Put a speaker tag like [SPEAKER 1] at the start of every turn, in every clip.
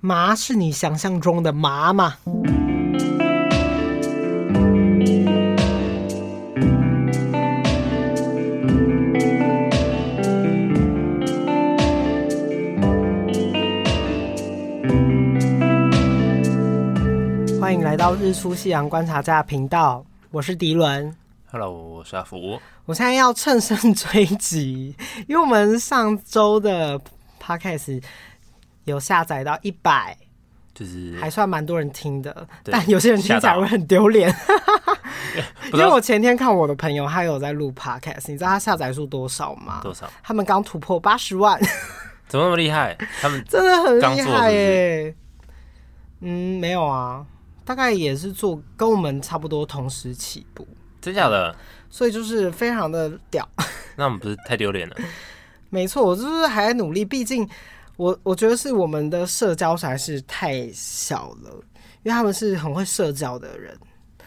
[SPEAKER 1] 麻是你想象中的麻吗？欢迎来到日出夕阳观察家频道，我是迪伦。
[SPEAKER 2] Hello，我是阿福。
[SPEAKER 1] 我现在要乘胜追击，因为我们上周的 podcast 有下载到一百，
[SPEAKER 2] 就是
[SPEAKER 1] 还算蛮多人听的，
[SPEAKER 2] 嗯对
[SPEAKER 1] 但有些人听起来会很丢脸。
[SPEAKER 2] 不
[SPEAKER 1] 因
[SPEAKER 2] 知
[SPEAKER 1] 为
[SPEAKER 2] 道
[SPEAKER 1] 我前天看我的朋友，他有在录 podcast，你知道他下载数多少吗？
[SPEAKER 2] 多少，
[SPEAKER 1] 他们刚突破八十万，
[SPEAKER 2] 怎么那么厉害？他们
[SPEAKER 1] 真的很
[SPEAKER 2] 刚
[SPEAKER 1] 厉
[SPEAKER 2] 做是不
[SPEAKER 1] 害
[SPEAKER 2] 是
[SPEAKER 1] 耶、嗯，没有啊，大概也是做跟我们差不多同时起步，
[SPEAKER 2] 真假的？
[SPEAKER 1] 所以就是非常的屌。
[SPEAKER 2] 那我们不是太丢脸了？
[SPEAKER 1] 没错，我就是还在努力，毕竟我我觉得是我们的社交实在是太小了，因为他们是很会社交的人，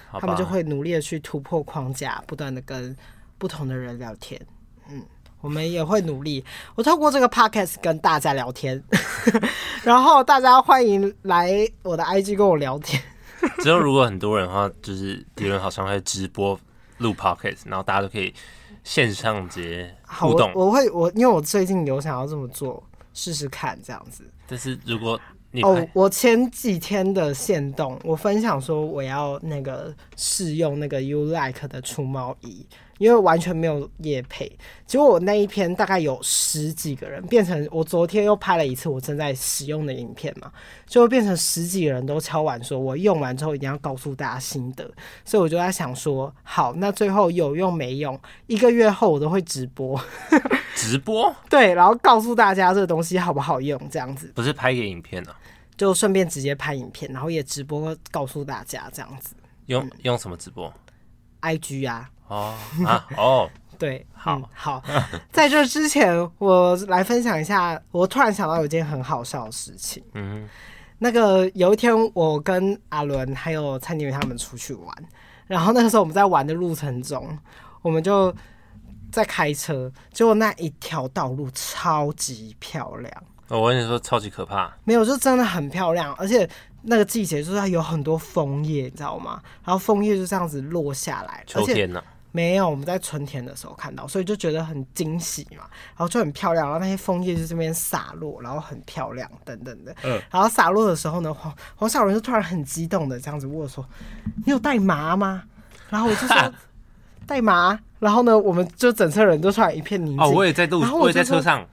[SPEAKER 2] 好
[SPEAKER 1] 他
[SPEAKER 2] 吧
[SPEAKER 1] 们就，会努力的去突破框架，不断的跟不同的人聊天。嗯，我们也会努力。我透过这个 podcast 跟大家聊天， 然后大家欢迎来我的 IG 跟我聊天。
[SPEAKER 2] 之后如果很多人的话，就是迪伦好像会直播录 podcast，然后大家都可以线上直接
[SPEAKER 1] 好，
[SPEAKER 2] 互
[SPEAKER 1] 我
[SPEAKER 2] 动。
[SPEAKER 1] 我会我因为我最近有想要这么做，试试看这样子。
[SPEAKER 2] 但是如果你
[SPEAKER 1] 哦
[SPEAKER 2] 拍，，
[SPEAKER 1] 我前几天的限动，我分享说我要那个试用那个 U Like 的除毛仪，因为完全没有夜配。结果我那一篇大概有十几个人，变成我昨天又拍了一次我正在使用的影片嘛，就变成十几个人都敲完说，我用完之后一定要告诉大家心得。所以我就在想说，好，那最后有用没用？一个月后我都会直播，
[SPEAKER 2] 直播
[SPEAKER 1] 对，然后告诉大家这个东西好不好用，这样子。
[SPEAKER 2] 不是拍给影片啊，
[SPEAKER 1] 就顺便直接拍影片，然后也直播告诉大家这样子。
[SPEAKER 2] 用用什么直播？
[SPEAKER 1] IG 啊，
[SPEAKER 2] 哦啊哦，
[SPEAKER 1] 对，
[SPEAKER 2] 好
[SPEAKER 1] 嗯好， 在这之前，我来分享一下，我突然想到有一件很好笑的事情。
[SPEAKER 2] 嗯，
[SPEAKER 1] 那个有一天，我跟阿伦还有蔡宁宇他们出去玩，然后那个时候我们在玩的路程中，我们就在开车，结果那一条道路超级漂亮。
[SPEAKER 2] 我跟你说超级可怕，
[SPEAKER 1] 没有，就真的很漂亮，而且那个季节就是它有很多枫叶，你知道吗？然后枫叶就这样子落下来，而
[SPEAKER 2] 秋
[SPEAKER 1] 且
[SPEAKER 2] 天呢、
[SPEAKER 1] 没有我们在春天的时候看到，所以就觉得很惊喜嘛，然后就很漂亮，然后那些枫叶就这边洒落，然后很漂亮等等的。
[SPEAKER 2] 嗯
[SPEAKER 1] 然后洒落的时候呢，黄黄小伦就突然很激动的这样子问我说：“你有带麻吗？”然后我就 说：“带麻。”然后呢，我们就整车人都突然一片宁静。
[SPEAKER 2] 哦，我也在路
[SPEAKER 1] 然，后我
[SPEAKER 2] 我也在
[SPEAKER 1] 就说
[SPEAKER 2] 车上，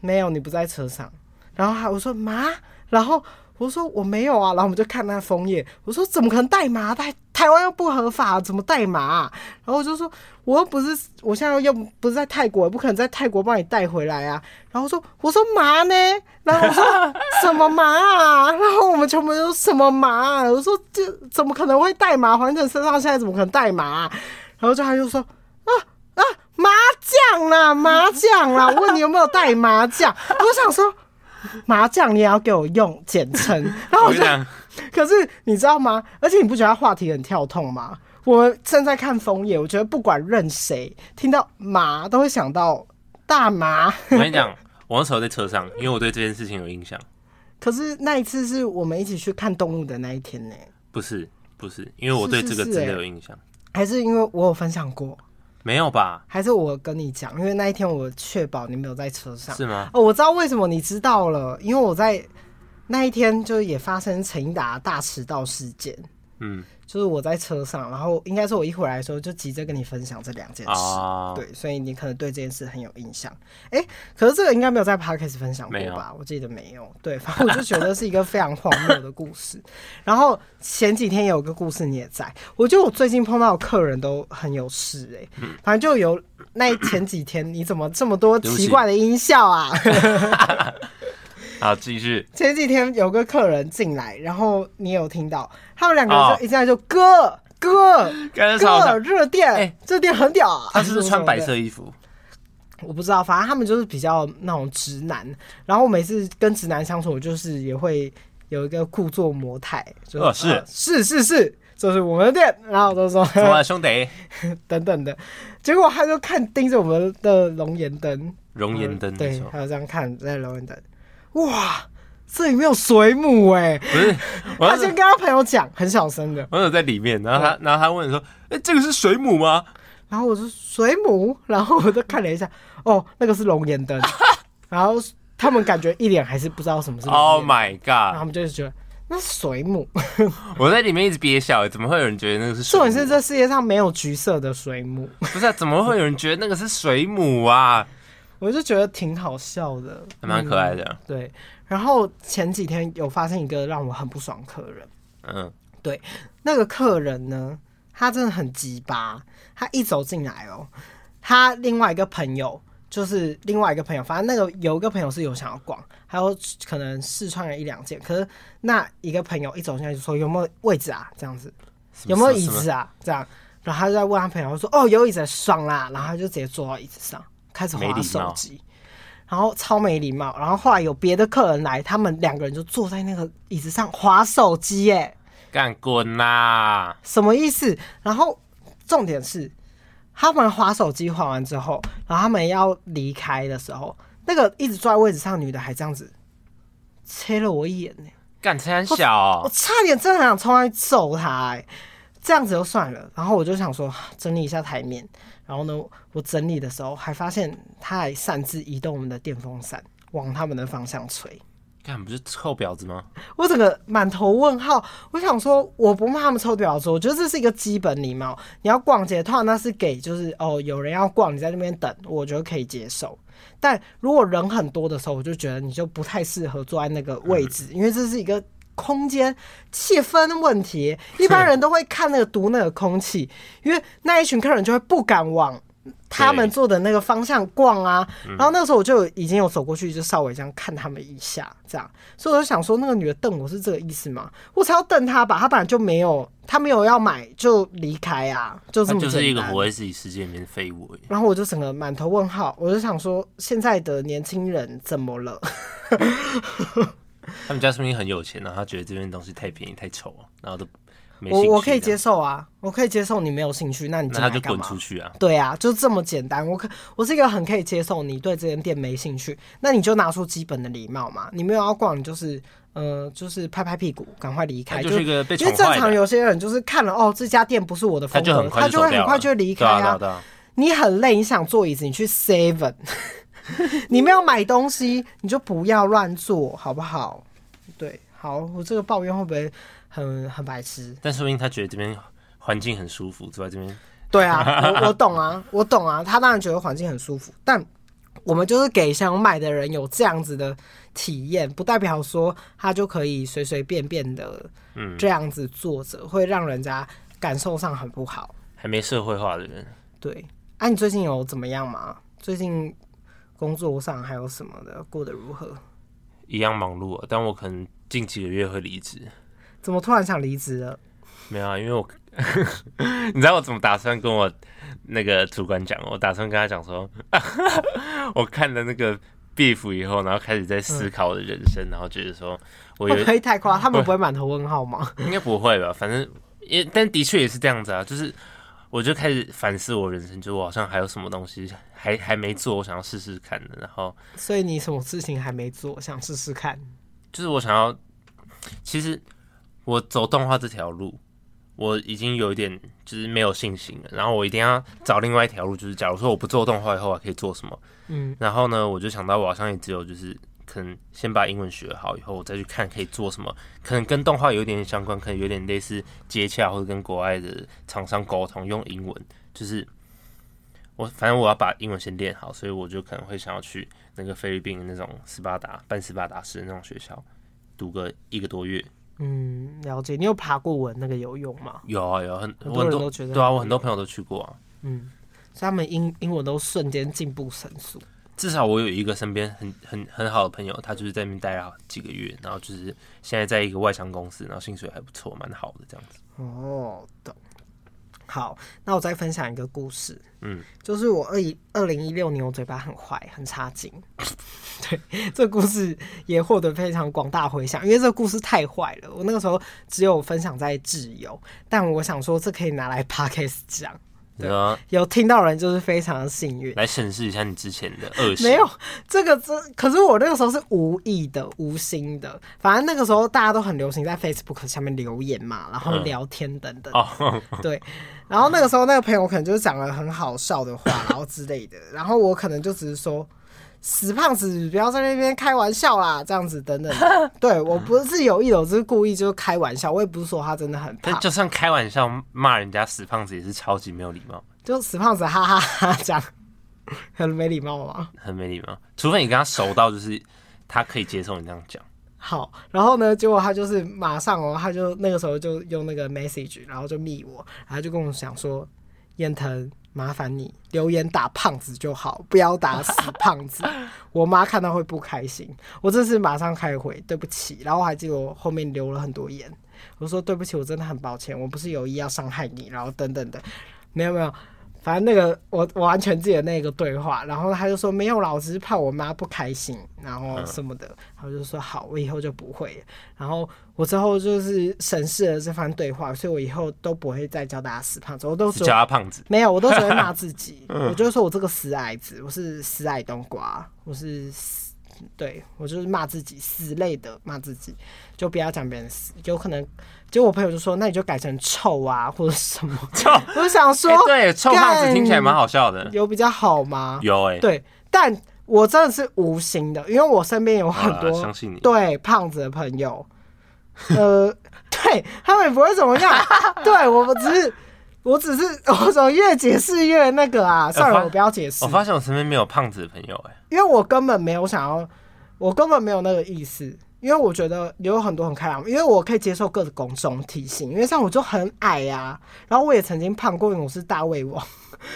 [SPEAKER 1] 没有，你不在车上。然后他我说麻，然后我说我没有啊，然后我们就看那枫叶，我说怎么可能带麻？台台湾又不合法，怎么带麻啊、然后我就说我又不是，我现在又不是在泰国，不可能在泰国帮你带回来啊。然后我说我说麻呢，然后我说什么麻啊？ 然后我们全部都什么麻、啊？我说这怎么可能会带麻？黄晨身上现在怎么可能带麻啊、然后就他就说啊啊麻将 啦麻将啦，我问你有没有带麻将？ 我想说。麻将你也要给我用简 称，然后哦我
[SPEAKER 2] 我跟
[SPEAKER 1] 就
[SPEAKER 2] 你讲，
[SPEAKER 1] 可是你知道吗？而且你不觉得他话题很跳痛吗？我们正在看枫叶，我觉得不管任谁听到麻都会想到大麻。
[SPEAKER 2] 我跟你讲，我那时候在车上，因为我对这件事情有印象。
[SPEAKER 1] 可是那一次是我们一起去看动物的那一天呢、
[SPEAKER 2] 不是不是，因为我对这个
[SPEAKER 1] 欸
[SPEAKER 2] 真的有印象。
[SPEAKER 1] 还是因为我有分享过，
[SPEAKER 2] 没有吧？
[SPEAKER 1] 还是我跟你讲？因为那一天我确保你没有在车上。
[SPEAKER 2] 是吗？
[SPEAKER 1] 哦，我知道为什么你知道了，因为我在那一天就是也发生陈英达大迟到事件，
[SPEAKER 2] 嗯
[SPEAKER 1] 就是我在车上，然后应该是我一回来的时候就急着跟你分享这两件事。
[SPEAKER 2] 啊，
[SPEAKER 1] 对，所以你可能对这件事很有印象。哎、可是这个应该没有在 podcast 分享
[SPEAKER 2] 没
[SPEAKER 1] 过
[SPEAKER 2] 有
[SPEAKER 1] 吧？我记得没有。对，反正我就觉得是一个非常荒谬的故事。然后前几天有个故事你也在，我觉得我最近碰到的客人都很有事哎、反正就有那前几天，你怎么这么多
[SPEAKER 2] 嗯对不
[SPEAKER 1] 奇
[SPEAKER 2] 起
[SPEAKER 1] 怪的音效啊？
[SPEAKER 2] 好，继续。
[SPEAKER 1] 前几天有个客人进来，然后你有听到他们两个人
[SPEAKER 2] 哦
[SPEAKER 1] 就一进来就哥哥
[SPEAKER 2] 刚才超好
[SPEAKER 1] 哥
[SPEAKER 2] 笑
[SPEAKER 1] 热电
[SPEAKER 2] 哎，
[SPEAKER 1] 热电很屌啊！
[SPEAKER 2] 他是不
[SPEAKER 1] 什么
[SPEAKER 2] 是
[SPEAKER 1] 什
[SPEAKER 2] 穿
[SPEAKER 1] 么
[SPEAKER 2] 白
[SPEAKER 1] 的
[SPEAKER 2] 色 衣服？
[SPEAKER 1] 我不知道，反正他们就是比较那种直男。然后我每次跟直男相处，我就是也会有一个故作魔态，就
[SPEAKER 2] 哦是
[SPEAKER 1] 呃是是是，就是我们的店，然后我就 说
[SPEAKER 2] 怎么啊了，兄弟？
[SPEAKER 1] 等等的。结果他就看盯着我们的龙岩灯，
[SPEAKER 2] 熔岩灯那
[SPEAKER 1] 对
[SPEAKER 2] 时，候，
[SPEAKER 1] 他就这样看在龙岩灯，哇，这里面有水母哎、
[SPEAKER 2] 不是，我
[SPEAKER 1] 他
[SPEAKER 2] 要
[SPEAKER 1] 先跟
[SPEAKER 2] 是
[SPEAKER 1] 他朋友讲，很小声的，
[SPEAKER 2] 我有在里面，然后他然后他问说，哎、这个是水母吗？
[SPEAKER 1] 然后我就水母，然后我就看了一下，哦，那个是龙眼灯，然后他们感觉一脸还是不知道什么是龙眼
[SPEAKER 2] Oh
[SPEAKER 1] 然
[SPEAKER 2] my
[SPEAKER 1] 后
[SPEAKER 2] god！
[SPEAKER 1] 他们就是觉得那是水母，
[SPEAKER 2] 我在里面一直憋笑，欸怎么会有人觉得那个是水
[SPEAKER 1] 重
[SPEAKER 2] 母？
[SPEAKER 1] 点是这世界上没有橘色的水母，
[SPEAKER 2] 不是、啊、怎么会有人觉得那个是水母啊？
[SPEAKER 1] 我就觉得挺好笑的，
[SPEAKER 2] 还蛮可爱的啊、
[SPEAKER 1] 对。然后前几天有发现一个让我很不爽的客人，
[SPEAKER 2] 嗯，
[SPEAKER 1] 那个客人呢，他真的很鸡巴，他一走进来哦，他另外一个朋友。就是另外一个朋友，反正那个有一个朋友是有想要逛，还有可能试穿了一两件，可是那一个朋友一走进来就说有没有位置啊这样子，
[SPEAKER 2] 什么
[SPEAKER 1] 有没有
[SPEAKER 2] 什
[SPEAKER 1] 椅
[SPEAKER 2] 么
[SPEAKER 1] 子啊？这样，然后他就在问他朋友说：“哦，有椅子，爽啦！”然后他就直接坐到椅子上，开始
[SPEAKER 2] 没礼
[SPEAKER 1] 划
[SPEAKER 2] 貌
[SPEAKER 1] 手机，然后超没礼貌。然后后来有别的客人来，他们两个人就坐在那个椅子上划手机，耶，
[SPEAKER 2] 干滚啦！
[SPEAKER 1] 什么意思？然后重点是，他们划手机划完之后，然后他们要离开的时候，那个一直坐在位置上的女的还这样子切了我一眼呢。
[SPEAKER 2] 干很小、
[SPEAKER 1] 我
[SPEAKER 2] 哦，
[SPEAKER 1] 差点真的很想冲上去揍他、欸，这样子就算了。然后我就想说啊整理一下台面，然后呢，我整理的时候还发现他还擅自移动我们的电风扇往他们的方向吹，
[SPEAKER 2] 干不是臭婊子吗？
[SPEAKER 1] 我整个满头问号。我想说，我不骂他们臭婊子，我觉得这是一个基本礼貌。你要逛街，通常那是给就是哦，有人要逛，你在那边等，我觉得可以接受。但如果人很多的时候，我就觉得你就不太适合坐在那个位置，
[SPEAKER 2] 嗯
[SPEAKER 1] 因为这是一个空间气氛问题。一般人都会看那个读那个空气，因为那一群客人就会不敢往他们
[SPEAKER 2] 对嗯
[SPEAKER 1] 坐的那个方向逛啊。然后那时候我就已经有走过去，就稍微这样看他们一下，这样。所以我就想说，那个女的瞪我是这个意思吗？我才要瞪她吧，她本来就没有，她没有要买就离开啊，就
[SPEAKER 2] 他
[SPEAKER 1] 这么
[SPEAKER 2] 就是一
[SPEAKER 1] 简
[SPEAKER 2] 个
[SPEAKER 1] 单。
[SPEAKER 2] 活在自己世界里面的废物而已。
[SPEAKER 1] 然后我就整个满头问号，我就想说，现在的年轻人怎么了？
[SPEAKER 2] 他们家说不定很有钱，然后啊他觉得这边东西太便宜太丑了，然后都没
[SPEAKER 1] 我
[SPEAKER 2] 兴趣
[SPEAKER 1] 我可以
[SPEAKER 2] 这
[SPEAKER 1] 接
[SPEAKER 2] 样，
[SPEAKER 1] 受啊，我可以接受你没有兴趣，那你
[SPEAKER 2] 那
[SPEAKER 1] 进
[SPEAKER 2] 他
[SPEAKER 1] 来
[SPEAKER 2] 就
[SPEAKER 1] 干
[SPEAKER 2] 滚
[SPEAKER 1] 嘛
[SPEAKER 2] 出？去啊！
[SPEAKER 1] 对啊，就这么简单。我可我是一个很可以接受你对这间店没兴趣，那你就拿出基本的礼貌嘛。你没有要逛，你就是呃，就是拍拍屁股，赶快离
[SPEAKER 2] 他
[SPEAKER 1] 开。
[SPEAKER 2] 就
[SPEAKER 1] 就是
[SPEAKER 2] 一个被
[SPEAKER 1] 因
[SPEAKER 2] 宠
[SPEAKER 1] 为正
[SPEAKER 2] 坏
[SPEAKER 1] 常
[SPEAKER 2] 的，
[SPEAKER 1] 有些人就是看了哦，这家店不是我的
[SPEAKER 2] 他
[SPEAKER 1] 风
[SPEAKER 2] 就
[SPEAKER 1] 格
[SPEAKER 2] 很，快
[SPEAKER 1] 就会
[SPEAKER 2] 走
[SPEAKER 1] 很
[SPEAKER 2] 掉了，
[SPEAKER 1] 快就离开
[SPEAKER 2] 对啊。对啊
[SPEAKER 1] 你很累，你想坐椅子，你去 Seven，你没有买东西，你就不要乱坐，好不好？对，好，我这个抱怨会不会很很白痴？
[SPEAKER 2] 但说明他觉得这边环境很舒服，坐在这边
[SPEAKER 1] 对啊，我我懂啊，我懂啊，他当然觉得环境很舒服，但我们就是给想买的人有这样子的体验，不代表说他就可以随随便便的
[SPEAKER 2] 嗯
[SPEAKER 1] 这样子坐着，会让人家感受上很不好。
[SPEAKER 2] 还没社会化的人，
[SPEAKER 1] 对，啊，你最近有怎么样吗？最近工作上还有什么的，过得如何？
[SPEAKER 2] 一样忙碌、啊。但我可能近几个月会离职，
[SPEAKER 1] 怎么突然想离职了？
[SPEAKER 2] 没有啊，因为我 你知道我怎么打算跟我那个主管讲？我打算跟他讲说， 我看了那个 beef 以后，然后开始在思考我的人生，然后觉得说 我
[SPEAKER 1] 会
[SPEAKER 2] 有
[SPEAKER 1] 不会太夸张？他们不会满头问号吗？
[SPEAKER 2] 应该不会吧，反正也但的确也是这样子啊，就是我就开始反思我人生，就我好像还有什么东西还还没做，我想要试试看的，然后
[SPEAKER 1] 所以你什么事情还没做，想试试看？
[SPEAKER 2] 就是我想要，其实我走动画这条路，我已经有一点就是没有信心了。然后我一定要找另外一条路，就是假如说我不做动画以后，我还可以做什么？
[SPEAKER 1] 嗯，
[SPEAKER 2] 然后呢，我就想到我好像也只有就是可能先把英文学好以后，我再去看可以做什么，可能跟动画有点相关，可能有点类似接洽或者跟国外的厂商沟通用英文，就是。我反正我要把英文先练好，所以我就可能会想要去那个菲律宾那种斯巴达办斯巴达式的那种学校，读个一个多月。
[SPEAKER 1] 嗯，了解。你有爬过文那个游泳吗？
[SPEAKER 2] 有啊有啊很
[SPEAKER 1] 很多
[SPEAKER 2] 我
[SPEAKER 1] 人
[SPEAKER 2] 很多
[SPEAKER 1] 都觉得
[SPEAKER 2] 对啊，我很多朋友都去过啊。
[SPEAKER 1] 嗯，所以他们英英文都瞬间进步神速。
[SPEAKER 2] 至少我有一个身边很很很好的朋友，他就是在那边待了几个月，然后就是现在在一个外商公司，然后薪水还不错，蛮好的这样子。
[SPEAKER 1] 哦，懂。好，那我再分享一个故事。
[SPEAKER 2] 嗯，
[SPEAKER 1] 就是我二一二零一六年，我嘴巴很坏，很差劲。 对，这个故事也获得非常广大回响，因为这个故事太坏了。我那个时候只有分享在挚友，但我想说这可以拿来 podcast 讲，
[SPEAKER 2] 对啊，
[SPEAKER 1] 有听到人就是非常幸运。
[SPEAKER 2] 来审视一下你之前的恶习。
[SPEAKER 1] 没有这个真，可是我那个时候是无意的、无心的。反正那个时候大家都很流行在 Facebook 下面留言嘛，然后
[SPEAKER 2] 嗯
[SPEAKER 1] 聊天等等。
[SPEAKER 2] 哦，
[SPEAKER 1] 对，然后那个时候那个朋友可能就是讲了很好笑的话，然后之类的，然后我可能就只是说。死胖子，不要在那边开玩笑啦，这样子等等的。对我不是有意的，我只是故意就是开玩笑，我也不是说他真的很
[SPEAKER 2] 但
[SPEAKER 1] 胖，
[SPEAKER 2] 就算开玩笑骂人家死胖子也是超级没有礼貌，
[SPEAKER 1] 就死胖子哈哈哈哈讲，很没礼貌嘛。
[SPEAKER 2] 很没礼貌。除非你跟他熟到就是他可以接受你这样讲，
[SPEAKER 1] 好，然后呢，结果他就是马上哦，他就那个时候就用那个 message，然后就密我，然后就跟我讲说，燕腾，麻烦你留言打胖子就好，不要打死胖子。我妈看到会不开心，我这次马上开回，对不起。然后我还记得我后面留了很多言，我说对不起，我真的很抱歉，我不是有意要伤害你，然后等等的，没有没有。反正那个我我完全记得那个对话，然后他就说没有啦，我只是怕我妈不开心，然后什么的，然后就说好，我以后就不会了。然后我之后就是审视了这番对话，所以我以后都不会再叫大家死胖子，我都
[SPEAKER 2] 只
[SPEAKER 1] 只
[SPEAKER 2] 叫他胖子。
[SPEAKER 1] 没有，我都只会骂自 己。
[SPEAKER 2] 嗯
[SPEAKER 1] 我就会说我这个死矮子，我是死矮冬瓜，我是死，对我就是骂自己死累的骂自己，就不要讲别人死。有可能，就我朋友就说，那你就改成臭啊或者什么。
[SPEAKER 2] 臭，
[SPEAKER 1] 我就想说
[SPEAKER 2] 哎，对，臭胖子听起来蛮好笑的。
[SPEAKER 1] 有比较好吗？
[SPEAKER 2] 有哎、
[SPEAKER 1] 对，但我真的是无心的，因为我身边有
[SPEAKER 2] 好
[SPEAKER 1] 很
[SPEAKER 2] 啦
[SPEAKER 1] 多、
[SPEAKER 2] 呃相信你。
[SPEAKER 1] 对胖子的朋友，呃， 对他们也不会怎么样。对我们只是，我只是， 我怎么越解释越那个啊？算了，
[SPEAKER 2] 我呃发
[SPEAKER 1] 我不要解释
[SPEAKER 2] 我，发现我身边没有胖子的朋友哎、
[SPEAKER 1] 因为我根本没有想要，我根本没有那个意思。因为我觉得有很多很开朗，因为我可以接受各种总体型，因为像我就很矮呀、然后我也曾经胖过，因为我是大胃王。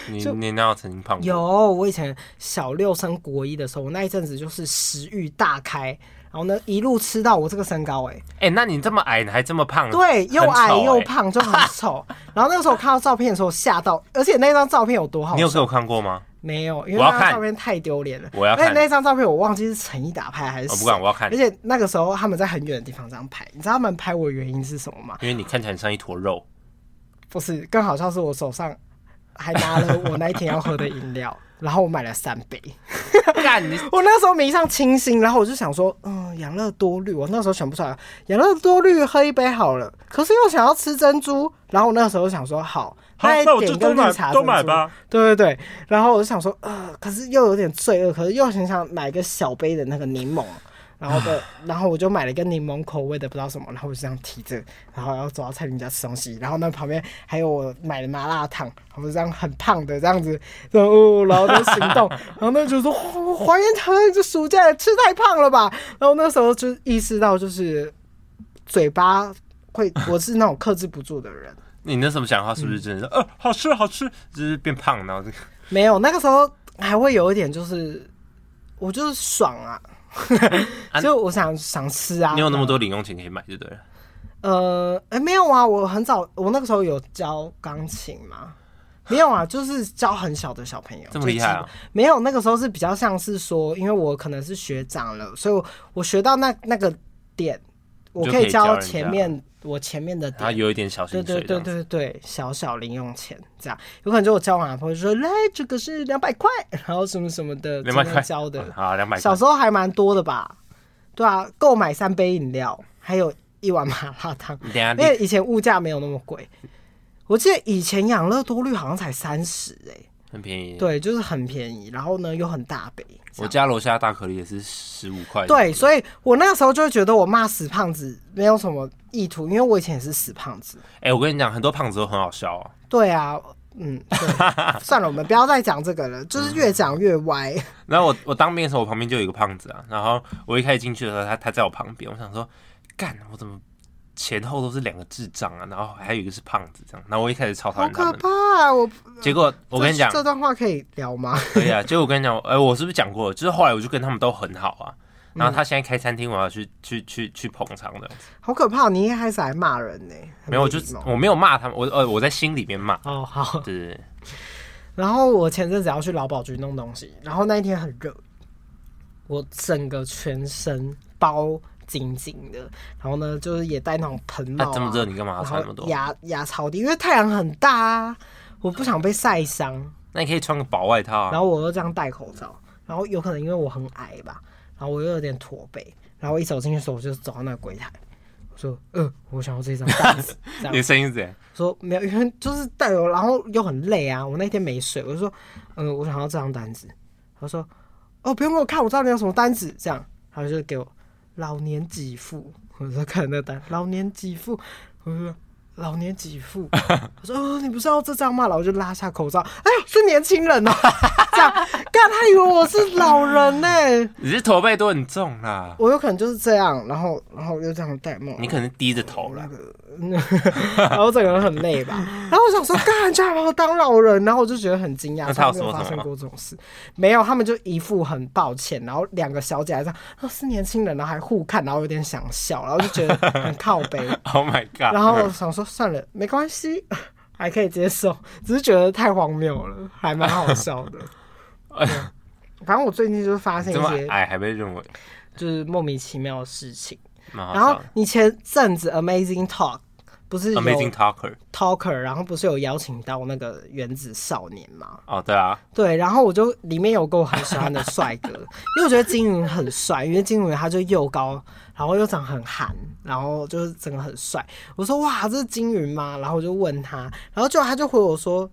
[SPEAKER 2] 嗯你你哪有曾经胖过？
[SPEAKER 1] 有，我以前小六升国一的时候，我那一阵子就是食欲大开，然后呢一路吃到我这个身高、欸，
[SPEAKER 2] 哎、那你这么矮，你还这么胖？
[SPEAKER 1] 对，又
[SPEAKER 2] 很丑
[SPEAKER 1] 矮又
[SPEAKER 2] 哎
[SPEAKER 1] 胖，就 很丑。然后那个时候我看到照片的时候吓到，而且那张照片有多好
[SPEAKER 2] 你有
[SPEAKER 1] 笑？
[SPEAKER 2] 给我看过吗？
[SPEAKER 1] 没有，因为
[SPEAKER 2] 我要
[SPEAKER 1] 那张
[SPEAKER 2] 看
[SPEAKER 1] 照片太丢脸了。
[SPEAKER 2] 我要
[SPEAKER 1] 而且
[SPEAKER 2] 看
[SPEAKER 1] 那张照片我忘记是陈毅打拍还是谁
[SPEAKER 2] 我、哦不管，我要看
[SPEAKER 1] 而，且那个时候他们在很远的地方这样拍，你知道他们拍我的原因是什么吗？
[SPEAKER 2] 因为你看起来很像一坨 肉。
[SPEAKER 1] 不是，更好笑是我手上还拿了我那一天要喝的饮料， 然后我买了三杯。
[SPEAKER 2] 干你！
[SPEAKER 1] 我那时候迷上清新，然后我就想说，嗯，养乐多绿，我那时候想不出来，养乐多绿喝一杯好了。可是又想要吃珍珠，然后我那时候想说，好，那一点个绿茶珍珠。。对对对，然后我就想说，呃，可是又有点罪恶，可是又很想买一个小杯的那个柠檬。然后的，然后我就买了一个柠檬口味的，不知道什么，然后我就这样提着，然后要走到蔡林家吃东西，然后那旁边还有我买的麻辣烫，我就这样很胖的这样子，然后、哦、然后在行动，然后那就说哦黄彦腾这暑假吃太胖了吧，然后那时候就意识到就是嘴巴会，我是那种克制不住的人，
[SPEAKER 2] 你那时候讲话是
[SPEAKER 1] 嗯
[SPEAKER 2] 不是真的是？呃，好吃好吃，就是变胖，然后这个
[SPEAKER 1] 没有，那个时候还会有一点，就是我就是爽啊， 就我想想吃啊。
[SPEAKER 2] 啊你有那么多零用钱可以买就对了。
[SPEAKER 1] 呃，哎、没有啊，我很早，我那个时候有教钢琴嘛，没 有啊，就是教很小的小朋友，
[SPEAKER 2] 这么厉害啊
[SPEAKER 1] 就基本！没有，那个时候是比较像是说，因为我可能是学长了，所以我我学到那那个点，我
[SPEAKER 2] 就
[SPEAKER 1] 可
[SPEAKER 2] 可
[SPEAKER 1] 以
[SPEAKER 2] 以教
[SPEAKER 1] 教
[SPEAKER 2] 人家
[SPEAKER 1] 前面我前面的
[SPEAKER 2] 然后
[SPEAKER 1] 点。
[SPEAKER 2] 有一点小
[SPEAKER 1] 对
[SPEAKER 2] 薪
[SPEAKER 1] 对
[SPEAKER 2] 水这
[SPEAKER 1] 对
[SPEAKER 2] 样子。
[SPEAKER 1] 对对，小小零用钱这样，有可能就我交往的朋友就说，来这个是两百块，然后什么什么的，
[SPEAKER 2] 两百
[SPEAKER 1] 今
[SPEAKER 2] 块
[SPEAKER 1] 天交的
[SPEAKER 2] 嗯，好，两百块
[SPEAKER 1] 小。时候还蛮多的吧？对啊，购买三杯饮料，还有一碗麻辣烫，
[SPEAKER 2] 你等一下
[SPEAKER 1] 因为
[SPEAKER 2] 立，
[SPEAKER 1] 以前物价没有那么贵。我记得以前养乐多绿好像才三十哎，
[SPEAKER 2] 很便宜。
[SPEAKER 1] 对，就是很便宜，然后呢又很大杯。这
[SPEAKER 2] 嗯我
[SPEAKER 1] 样
[SPEAKER 2] 家楼下大可丽也是十五块。
[SPEAKER 1] 对，所以我那个时候就会觉得我骂死胖子没有什么意图，因为我以前也是死胖子。
[SPEAKER 2] 哎、我跟你讲，很多胖子都很好笑哦。
[SPEAKER 1] 对啊，嗯， 对算了，我们不要再讲这个了，就是越讲越歪。
[SPEAKER 2] 然后我我当兵的时候，我旁边就有一个胖子啊。然后我一开始进去的时候，他他在我旁边，我想说，干，我怎么前后都是两个智障啊？然后还有一个是胖子这样。然后我一开始超讨
[SPEAKER 1] 好
[SPEAKER 2] 厌他
[SPEAKER 1] 可
[SPEAKER 2] 们。
[SPEAKER 1] 怕、啊！我
[SPEAKER 2] 结果我跟你讲
[SPEAKER 1] 这，这段话可以聊吗？
[SPEAKER 2] 可以啊。结果我跟你讲，哎、我是不是讲过了？就是后来我就跟他们都很好啊。然后
[SPEAKER 1] 嗯
[SPEAKER 2] 他现在开餐厅，我要去去去去捧场的。
[SPEAKER 1] 好可怕！你一开始还骂人呢、很
[SPEAKER 2] 没有，我
[SPEAKER 1] 没
[SPEAKER 2] 就
[SPEAKER 1] 礼貌
[SPEAKER 2] 我没有骂他们，我呃我在心里面骂。
[SPEAKER 1] 哦好。
[SPEAKER 2] 对对对，
[SPEAKER 1] 然后我前阵子要去劳保局弄东西，然后那一天很热，我整个全身包紧紧的，然后呢就是也戴那种盆帽、啊，
[SPEAKER 2] 那这么热，你干嘛要
[SPEAKER 1] 然
[SPEAKER 2] 穿那么多
[SPEAKER 1] 后？牙牙超低，因为太阳很大啊。我不想被晒伤，
[SPEAKER 2] 那你可以穿个薄外套啊
[SPEAKER 1] 然。后我又这样戴口罩，然后有可能因为我很矮吧，然后我又有点驼背，然后我一走进去的时候，我就走到那个柜台，我说：“呃，我想要这张单子。”这样
[SPEAKER 2] 你的声音是怎样？
[SPEAKER 1] 说没有，因为就是带我，然后又很累啊。我那天没睡，我就说，嗯、我想要这张单子。他说，哦，不用给我看，我知道你有什么单子。这样，他就给我老年给付。我在看那单，老年给付，我就说老年给付。我说，哦，你不是要这张吗？然后我就拉下口罩，哎呦，是年轻人哦、这样，干，他以为我是老人呢、
[SPEAKER 2] 你是驼背都很重 啊啦，
[SPEAKER 1] 我有可能就是这样，然后，然后又这样戴帽。
[SPEAKER 2] 你可能低着头啦。
[SPEAKER 1] 然后整个人很累吧。然后我想说，干，居然把我当老人，然后我就觉得很惊讶，
[SPEAKER 2] 那他有
[SPEAKER 1] 从来没
[SPEAKER 2] 说
[SPEAKER 1] 有发
[SPEAKER 2] 什么
[SPEAKER 1] 生
[SPEAKER 2] 吗
[SPEAKER 1] 过这种事。没有，他们就一副很抱歉，然后两个小姐还这样，啊是年轻人，然后还互看，然后有点想笑，然后就觉得很靠背。
[SPEAKER 2] Oh my god！
[SPEAKER 1] 然后我想说，算了，没关系，还可以接受，只是觉得太荒谬了，还蛮好笑 的。对反正我最近就是发现
[SPEAKER 2] 你
[SPEAKER 1] 一
[SPEAKER 2] 这么哎
[SPEAKER 1] 些
[SPEAKER 2] 矮还被认为
[SPEAKER 1] 就是莫名其妙的事情。
[SPEAKER 2] 蛮好
[SPEAKER 1] 然后
[SPEAKER 2] 笑的。
[SPEAKER 1] 你前阵子 Amazing Talk 不是有
[SPEAKER 2] Amazing Talker，
[SPEAKER 1] Talker，然后不是有邀请到那个原子少年嘛？
[SPEAKER 2] 哦对啊，
[SPEAKER 1] 对，然后我就里面有个我很喜欢的帅哥， 因为我觉得金云很帅，因为金云他就又高，然后又长很韩，然后就是整个很帅。我说哇，这是金云吗？然后我就问他，然后就他就回我说，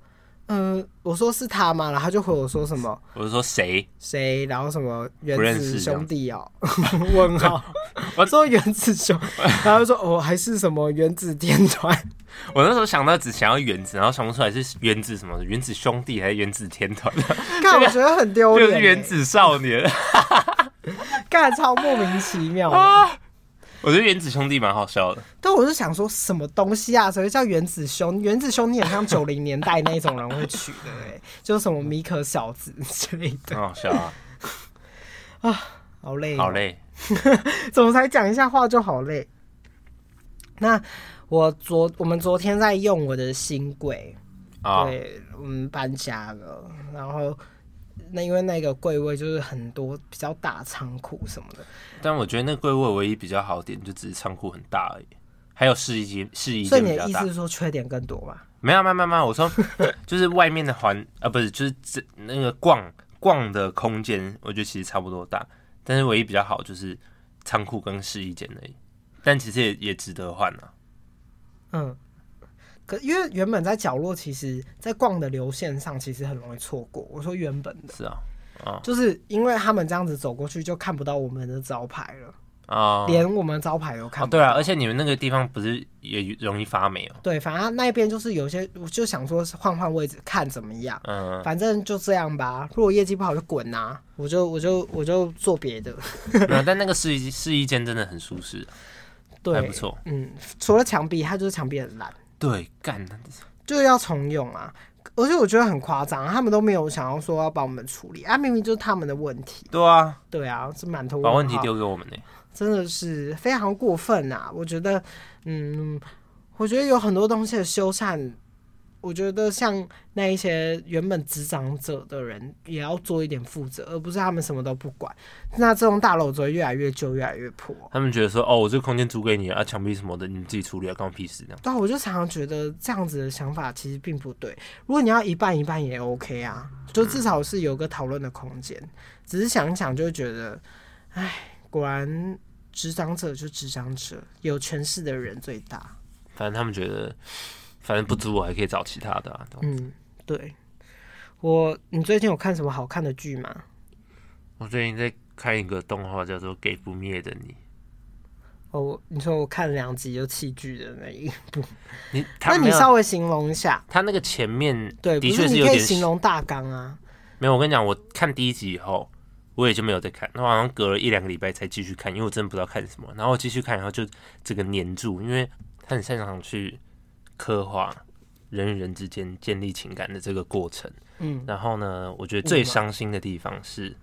[SPEAKER 1] 嗯、我说是他吗？然后他就回我说什么
[SPEAKER 2] 我是说谁？
[SPEAKER 1] 谁，然后什么原
[SPEAKER 2] 不认
[SPEAKER 1] 子
[SPEAKER 2] 识这样
[SPEAKER 1] 兄弟哦，问 号，
[SPEAKER 2] 我
[SPEAKER 1] 说原子兄，然后就说哦还是什么原子天团，
[SPEAKER 2] 我那时候想到只想要原子，然后想不出来是原子什么的，原子兄弟还是原子 天团，
[SPEAKER 1] 看我觉得很丢
[SPEAKER 2] 就
[SPEAKER 1] 脸、欸
[SPEAKER 2] 是原子少年。
[SPEAKER 1] 干超莫名其妙的。
[SPEAKER 2] 啊我觉得原子兄弟蛮好笑的，
[SPEAKER 1] 但我就想说，什么东西啊？谁会叫原子兄？原子兄，你很像九零年代那种人会取的、 欸，就是什么米可小子之类的
[SPEAKER 2] 很。好笑啊，
[SPEAKER 1] 好累、
[SPEAKER 2] 好，累。
[SPEAKER 1] 怎么才讲一下话就好累？那我昨我们昨天在用我的新柜，
[SPEAKER 2] 啊，
[SPEAKER 1] 对，我们搬家了，然后。那因为那个柜位就是很多比较大仓库什么的，
[SPEAKER 2] 但我觉得那柜位唯一比较好的点，就只是仓库很大而已，还有试衣间，试衣
[SPEAKER 1] 所以你
[SPEAKER 2] 间比
[SPEAKER 1] 的
[SPEAKER 2] 较
[SPEAKER 1] 意
[SPEAKER 2] 大
[SPEAKER 1] 思。是说缺点更多吧？
[SPEAKER 2] 没有，没有，没有没有，我 说就是外面的环啊，不是，就是这那个逛逛的空间，我觉得其实差不多大，但是唯一比较好就是仓库跟试衣间而已。但其实也也值得换啊，
[SPEAKER 1] 嗯，可因为原本在角落，其实在逛的流线上，其实很容易错过。我说原本的，
[SPEAKER 2] 是啊，
[SPEAKER 1] 就是因为他们这样子走过去，就看不到我们的招牌了，
[SPEAKER 2] 啊、
[SPEAKER 1] 连我们招牌都看
[SPEAKER 2] 哦，
[SPEAKER 1] 不到。
[SPEAKER 2] 对啊，而且你们那个地方不是也容易发霉哦？
[SPEAKER 1] 对，反正那边就是有些，我就想说是换换位置看怎么样，
[SPEAKER 2] 嗯，
[SPEAKER 1] 反正就这样吧。如果业绩不好就滚呐、我就我就我就做别的。
[SPEAKER 2] 没有但那个试衣试衣间真的很舒适，还
[SPEAKER 1] 对
[SPEAKER 2] 不，错。
[SPEAKER 1] 嗯，除了墙壁，它就是墙壁很烂。
[SPEAKER 2] 对，干，
[SPEAKER 1] 就是要重用啊。而且我觉得很夸张，啊他们都没有想要说要帮我们处理啊，明明就是他们的问题。
[SPEAKER 2] 对啊，
[SPEAKER 1] 对啊，这满头
[SPEAKER 2] 把
[SPEAKER 1] 问
[SPEAKER 2] 问题
[SPEAKER 1] 号
[SPEAKER 2] 丢给我们呢、
[SPEAKER 1] 真的是非常过分啊！我觉得，嗯，我觉得有很多东西的修缮，我觉得像那一些原本执掌者的人也要做一点负责，而不是他们什么都不管。那这种大楼只会越来越旧，越来越破。
[SPEAKER 2] 他们觉得说，哦，我这个空间租给你啊，墙壁什么的你们自己处理啊，关我屁事这样。
[SPEAKER 1] 对啊，我就常常觉得这样子的想法其实并不对。如果你要一半一半也 OK 啊，就至少是有个讨论的空间。只是想一想就会觉得，哎，果然执掌者就执掌者，有权势的人最大。
[SPEAKER 2] 反正他们觉得，反正不租我还可以找其他的啊。懂
[SPEAKER 1] 嗯，对。我，你最近有看什么好看的剧吗？
[SPEAKER 2] 我最近在看一个动画，叫做《给不灭的你》，
[SPEAKER 1] 哦，你说我看两集就弃剧的那一，
[SPEAKER 2] 你他
[SPEAKER 1] 那
[SPEAKER 2] 没
[SPEAKER 1] 你
[SPEAKER 2] 有
[SPEAKER 1] 稍微形容一下，
[SPEAKER 2] 他那个前面
[SPEAKER 1] 对，
[SPEAKER 2] 的
[SPEAKER 1] 不
[SPEAKER 2] 确
[SPEAKER 1] 是
[SPEAKER 2] 是
[SPEAKER 1] 你
[SPEAKER 2] 有
[SPEAKER 1] 可以
[SPEAKER 2] 点
[SPEAKER 1] 形容大纲啊。
[SPEAKER 2] 没有，我跟你讲，我看第一集以后，我也就没有再看。那我好像隔了一两个礼拜才继续看，因为我真的不知道看什么。然后我继续看，然后就这个黏住，因为他很擅长去刻画人与人之间建立情感的这个过程。
[SPEAKER 1] 嗯，
[SPEAKER 2] 然后呢，我觉得最伤心的地方是，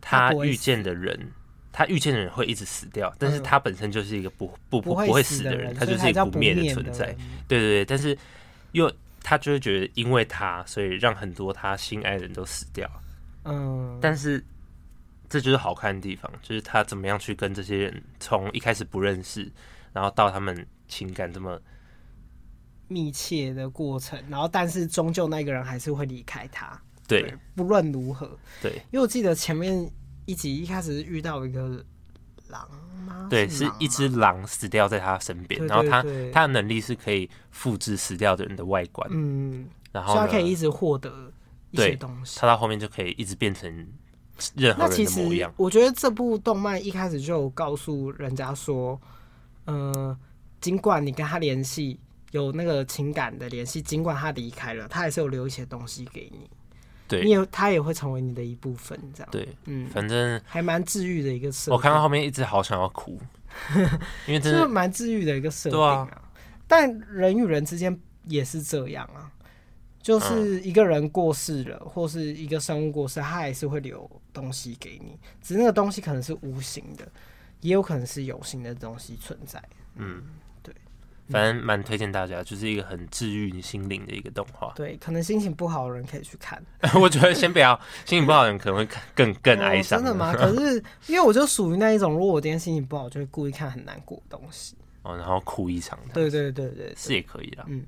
[SPEAKER 2] 他
[SPEAKER 1] 不会
[SPEAKER 2] 遇见的人，他遇见的人会一直死掉，但是他本身就是一个不不嗯不
[SPEAKER 1] 不
[SPEAKER 2] 不会
[SPEAKER 1] 会
[SPEAKER 2] 死
[SPEAKER 1] 的
[SPEAKER 2] 的人，他
[SPEAKER 1] 所以
[SPEAKER 2] 就是
[SPEAKER 1] 才
[SPEAKER 2] 一个
[SPEAKER 1] 叫
[SPEAKER 2] 不
[SPEAKER 1] 不
[SPEAKER 2] 灭的
[SPEAKER 1] 灭
[SPEAKER 2] 存在
[SPEAKER 1] 人。
[SPEAKER 2] 对对对，但是又他就会觉得，因为他，所以让很多他心爱的人都死掉。
[SPEAKER 1] 嗯，
[SPEAKER 2] 但是这就是好看的地方，就是他怎么样去跟这些人从一开始不认识，然后到他们情感这么
[SPEAKER 1] 密切的过程，然后但是终究那个人还是会离开他。
[SPEAKER 2] 对，
[SPEAKER 1] 不论如何，
[SPEAKER 2] 对
[SPEAKER 1] 因为我记得前面一集一开始遇到一个狼吗？
[SPEAKER 2] 对，
[SPEAKER 1] 啊是
[SPEAKER 2] 是
[SPEAKER 1] 狼
[SPEAKER 2] 一只狼死掉在他身边，
[SPEAKER 1] 对
[SPEAKER 2] 然后
[SPEAKER 1] 对
[SPEAKER 2] 他
[SPEAKER 1] 对
[SPEAKER 2] 他的能力是可以复制死掉的人的外观，
[SPEAKER 1] 嗯，
[SPEAKER 2] 然
[SPEAKER 1] 所以他
[SPEAKER 2] 后呢
[SPEAKER 1] 可以一直获得一些
[SPEAKER 2] 对
[SPEAKER 1] 东西。
[SPEAKER 2] 他到后面就可以一直变成任何
[SPEAKER 1] 那其
[SPEAKER 2] 人的
[SPEAKER 1] 实
[SPEAKER 2] 模样。
[SPEAKER 1] 我觉得这部动漫一开始就有告诉人家说，呃，尽管你跟他联系有那个情感的联系，尽管他离开了，他还是有留一些东西给你，你
[SPEAKER 2] 对
[SPEAKER 1] 也他也会成为你的一部分，这样
[SPEAKER 2] 对，
[SPEAKER 1] 嗯，
[SPEAKER 2] 反正
[SPEAKER 1] 还蛮治愈的一个设定。
[SPEAKER 2] 我看到后面一直好想要 哭，因为真
[SPEAKER 1] 就是
[SPEAKER 2] 的
[SPEAKER 1] 蛮治愈的一个设定
[SPEAKER 2] 对
[SPEAKER 1] 啊。但人与人之间也是这样啊，就是
[SPEAKER 2] 嗯
[SPEAKER 1] 一个人过世了，或是一个生物过世，他还是会留东西给你，只是那个东西可能是无形的，也有可能是有形的东西存在。
[SPEAKER 2] 嗯，
[SPEAKER 1] 对，
[SPEAKER 2] 反正蛮推荐大家，就是一个很治愈你心灵的一个动画。
[SPEAKER 1] 对，可能心情不好的人可以去看。
[SPEAKER 2] 我觉得先不要，心情不好的人可能会更更
[SPEAKER 1] 哦
[SPEAKER 2] 哀伤、啊
[SPEAKER 1] 真的 吗？可是因为我就属于那一种，如果我今天心情不好，就会故意看很难过的东西。
[SPEAKER 2] 哦，然后哭一场的
[SPEAKER 1] 对对对对对，
[SPEAKER 2] 是也可以啦。
[SPEAKER 1] 嗯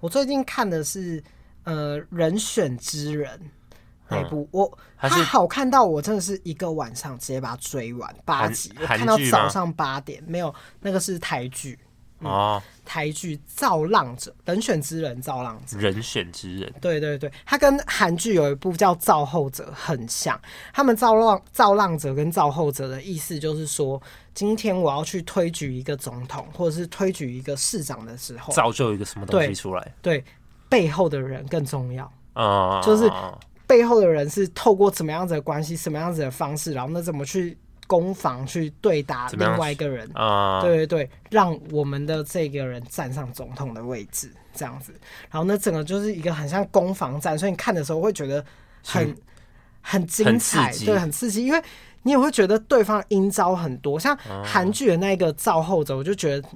[SPEAKER 1] 我最近看的是呃《人选之人》那一
[SPEAKER 2] 嗯
[SPEAKER 1] 部，我
[SPEAKER 2] 它
[SPEAKER 1] 它
[SPEAKER 2] 是
[SPEAKER 1] 好看到我真的是一个晚上直接把它追完八
[SPEAKER 2] 韩
[SPEAKER 1] 集，我
[SPEAKER 2] 韩
[SPEAKER 1] 看到
[SPEAKER 2] 剧吗
[SPEAKER 1] 早上八点，没有那个是台剧，
[SPEAKER 2] 哦，
[SPEAKER 1] 台剧《造浪者》《人选之人》《造浪者》。
[SPEAKER 2] 人选之人，
[SPEAKER 1] 对对对，它跟韩剧有一部叫《造后者》很像。他们造浪造浪者跟造后者的意思就是说，今天我要去推举一个总统，或者是推举一个市长的时候，
[SPEAKER 2] 造就一个什么东西
[SPEAKER 1] 对
[SPEAKER 2] 出来？
[SPEAKER 1] 对背后的人更重要。
[SPEAKER 2] 啊、
[SPEAKER 1] 就是背后的人是透过怎么样子的关系、什么样子的方式，然后那怎么去攻防、去对打
[SPEAKER 2] 怎么样
[SPEAKER 1] 另外一个人。
[SPEAKER 2] 啊，
[SPEAKER 1] 对对对，让我们的这个人站上总统的位置，这样子。然后那整个就是一个很像攻防战，所以你看的时候会觉得很很精
[SPEAKER 2] 很刺
[SPEAKER 1] 彩，
[SPEAKER 2] 激
[SPEAKER 1] 对，很刺激，因为你也会觉得对方阴招很多。像
[SPEAKER 2] 哦
[SPEAKER 1] 韩剧的那个造后者，我就觉得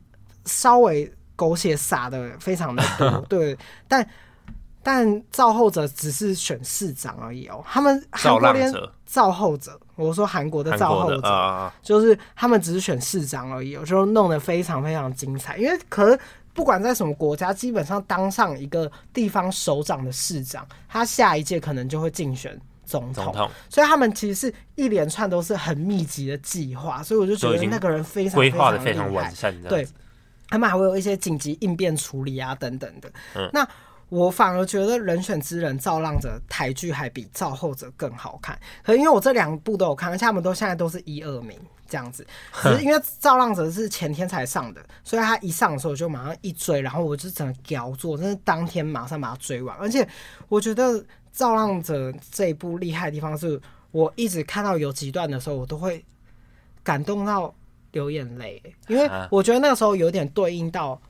[SPEAKER 1] 稍微狗血撒的非常的多， 对，但。但造后者只是选市长而已哦，他们韩
[SPEAKER 2] 造
[SPEAKER 1] 国
[SPEAKER 2] 浪
[SPEAKER 1] 连
[SPEAKER 2] 者，
[SPEAKER 1] 造后者，我说韩国的
[SPEAKER 2] 韩
[SPEAKER 1] 造
[SPEAKER 2] 国
[SPEAKER 1] 后
[SPEAKER 2] 的
[SPEAKER 1] 者，
[SPEAKER 2] 啊，
[SPEAKER 1] 就是他们只是选市长而已，有时候弄得非常非常精彩。因为可是不管在什么国家，基本上当上一个地方首长的市长，他下一届可能就会竞选总
[SPEAKER 2] 总
[SPEAKER 1] 统，
[SPEAKER 2] 统
[SPEAKER 1] 所以他们其实是一连串都是很密集的计划。所以我就觉
[SPEAKER 2] 都已
[SPEAKER 1] 得
[SPEAKER 2] 经
[SPEAKER 1] 那个人非常
[SPEAKER 2] 规划的非
[SPEAKER 1] 非常
[SPEAKER 2] 常
[SPEAKER 1] 厉害
[SPEAKER 2] 完善，这样
[SPEAKER 1] 对
[SPEAKER 2] 子，
[SPEAKER 1] 他们还会有一些紧急应变处理啊等等的。
[SPEAKER 2] 嗯
[SPEAKER 1] 那我反而觉得《人选之人》《造浪者》台剧还比《造后者》更好看，可是因为我这两部都有看，而且他们都现在都是一二名这样子，只是因为《造浪者》是前天才上的，所以他一上的时候我就马上一追，然后我就整个屌做，真是当天马上把它追完。而且我觉得《造浪者》这一部厉害的地方是，我一直看到有几段的时候，我都会感动到流眼泪， 因为
[SPEAKER 2] 啊
[SPEAKER 1] 我觉得那个时候有点对应到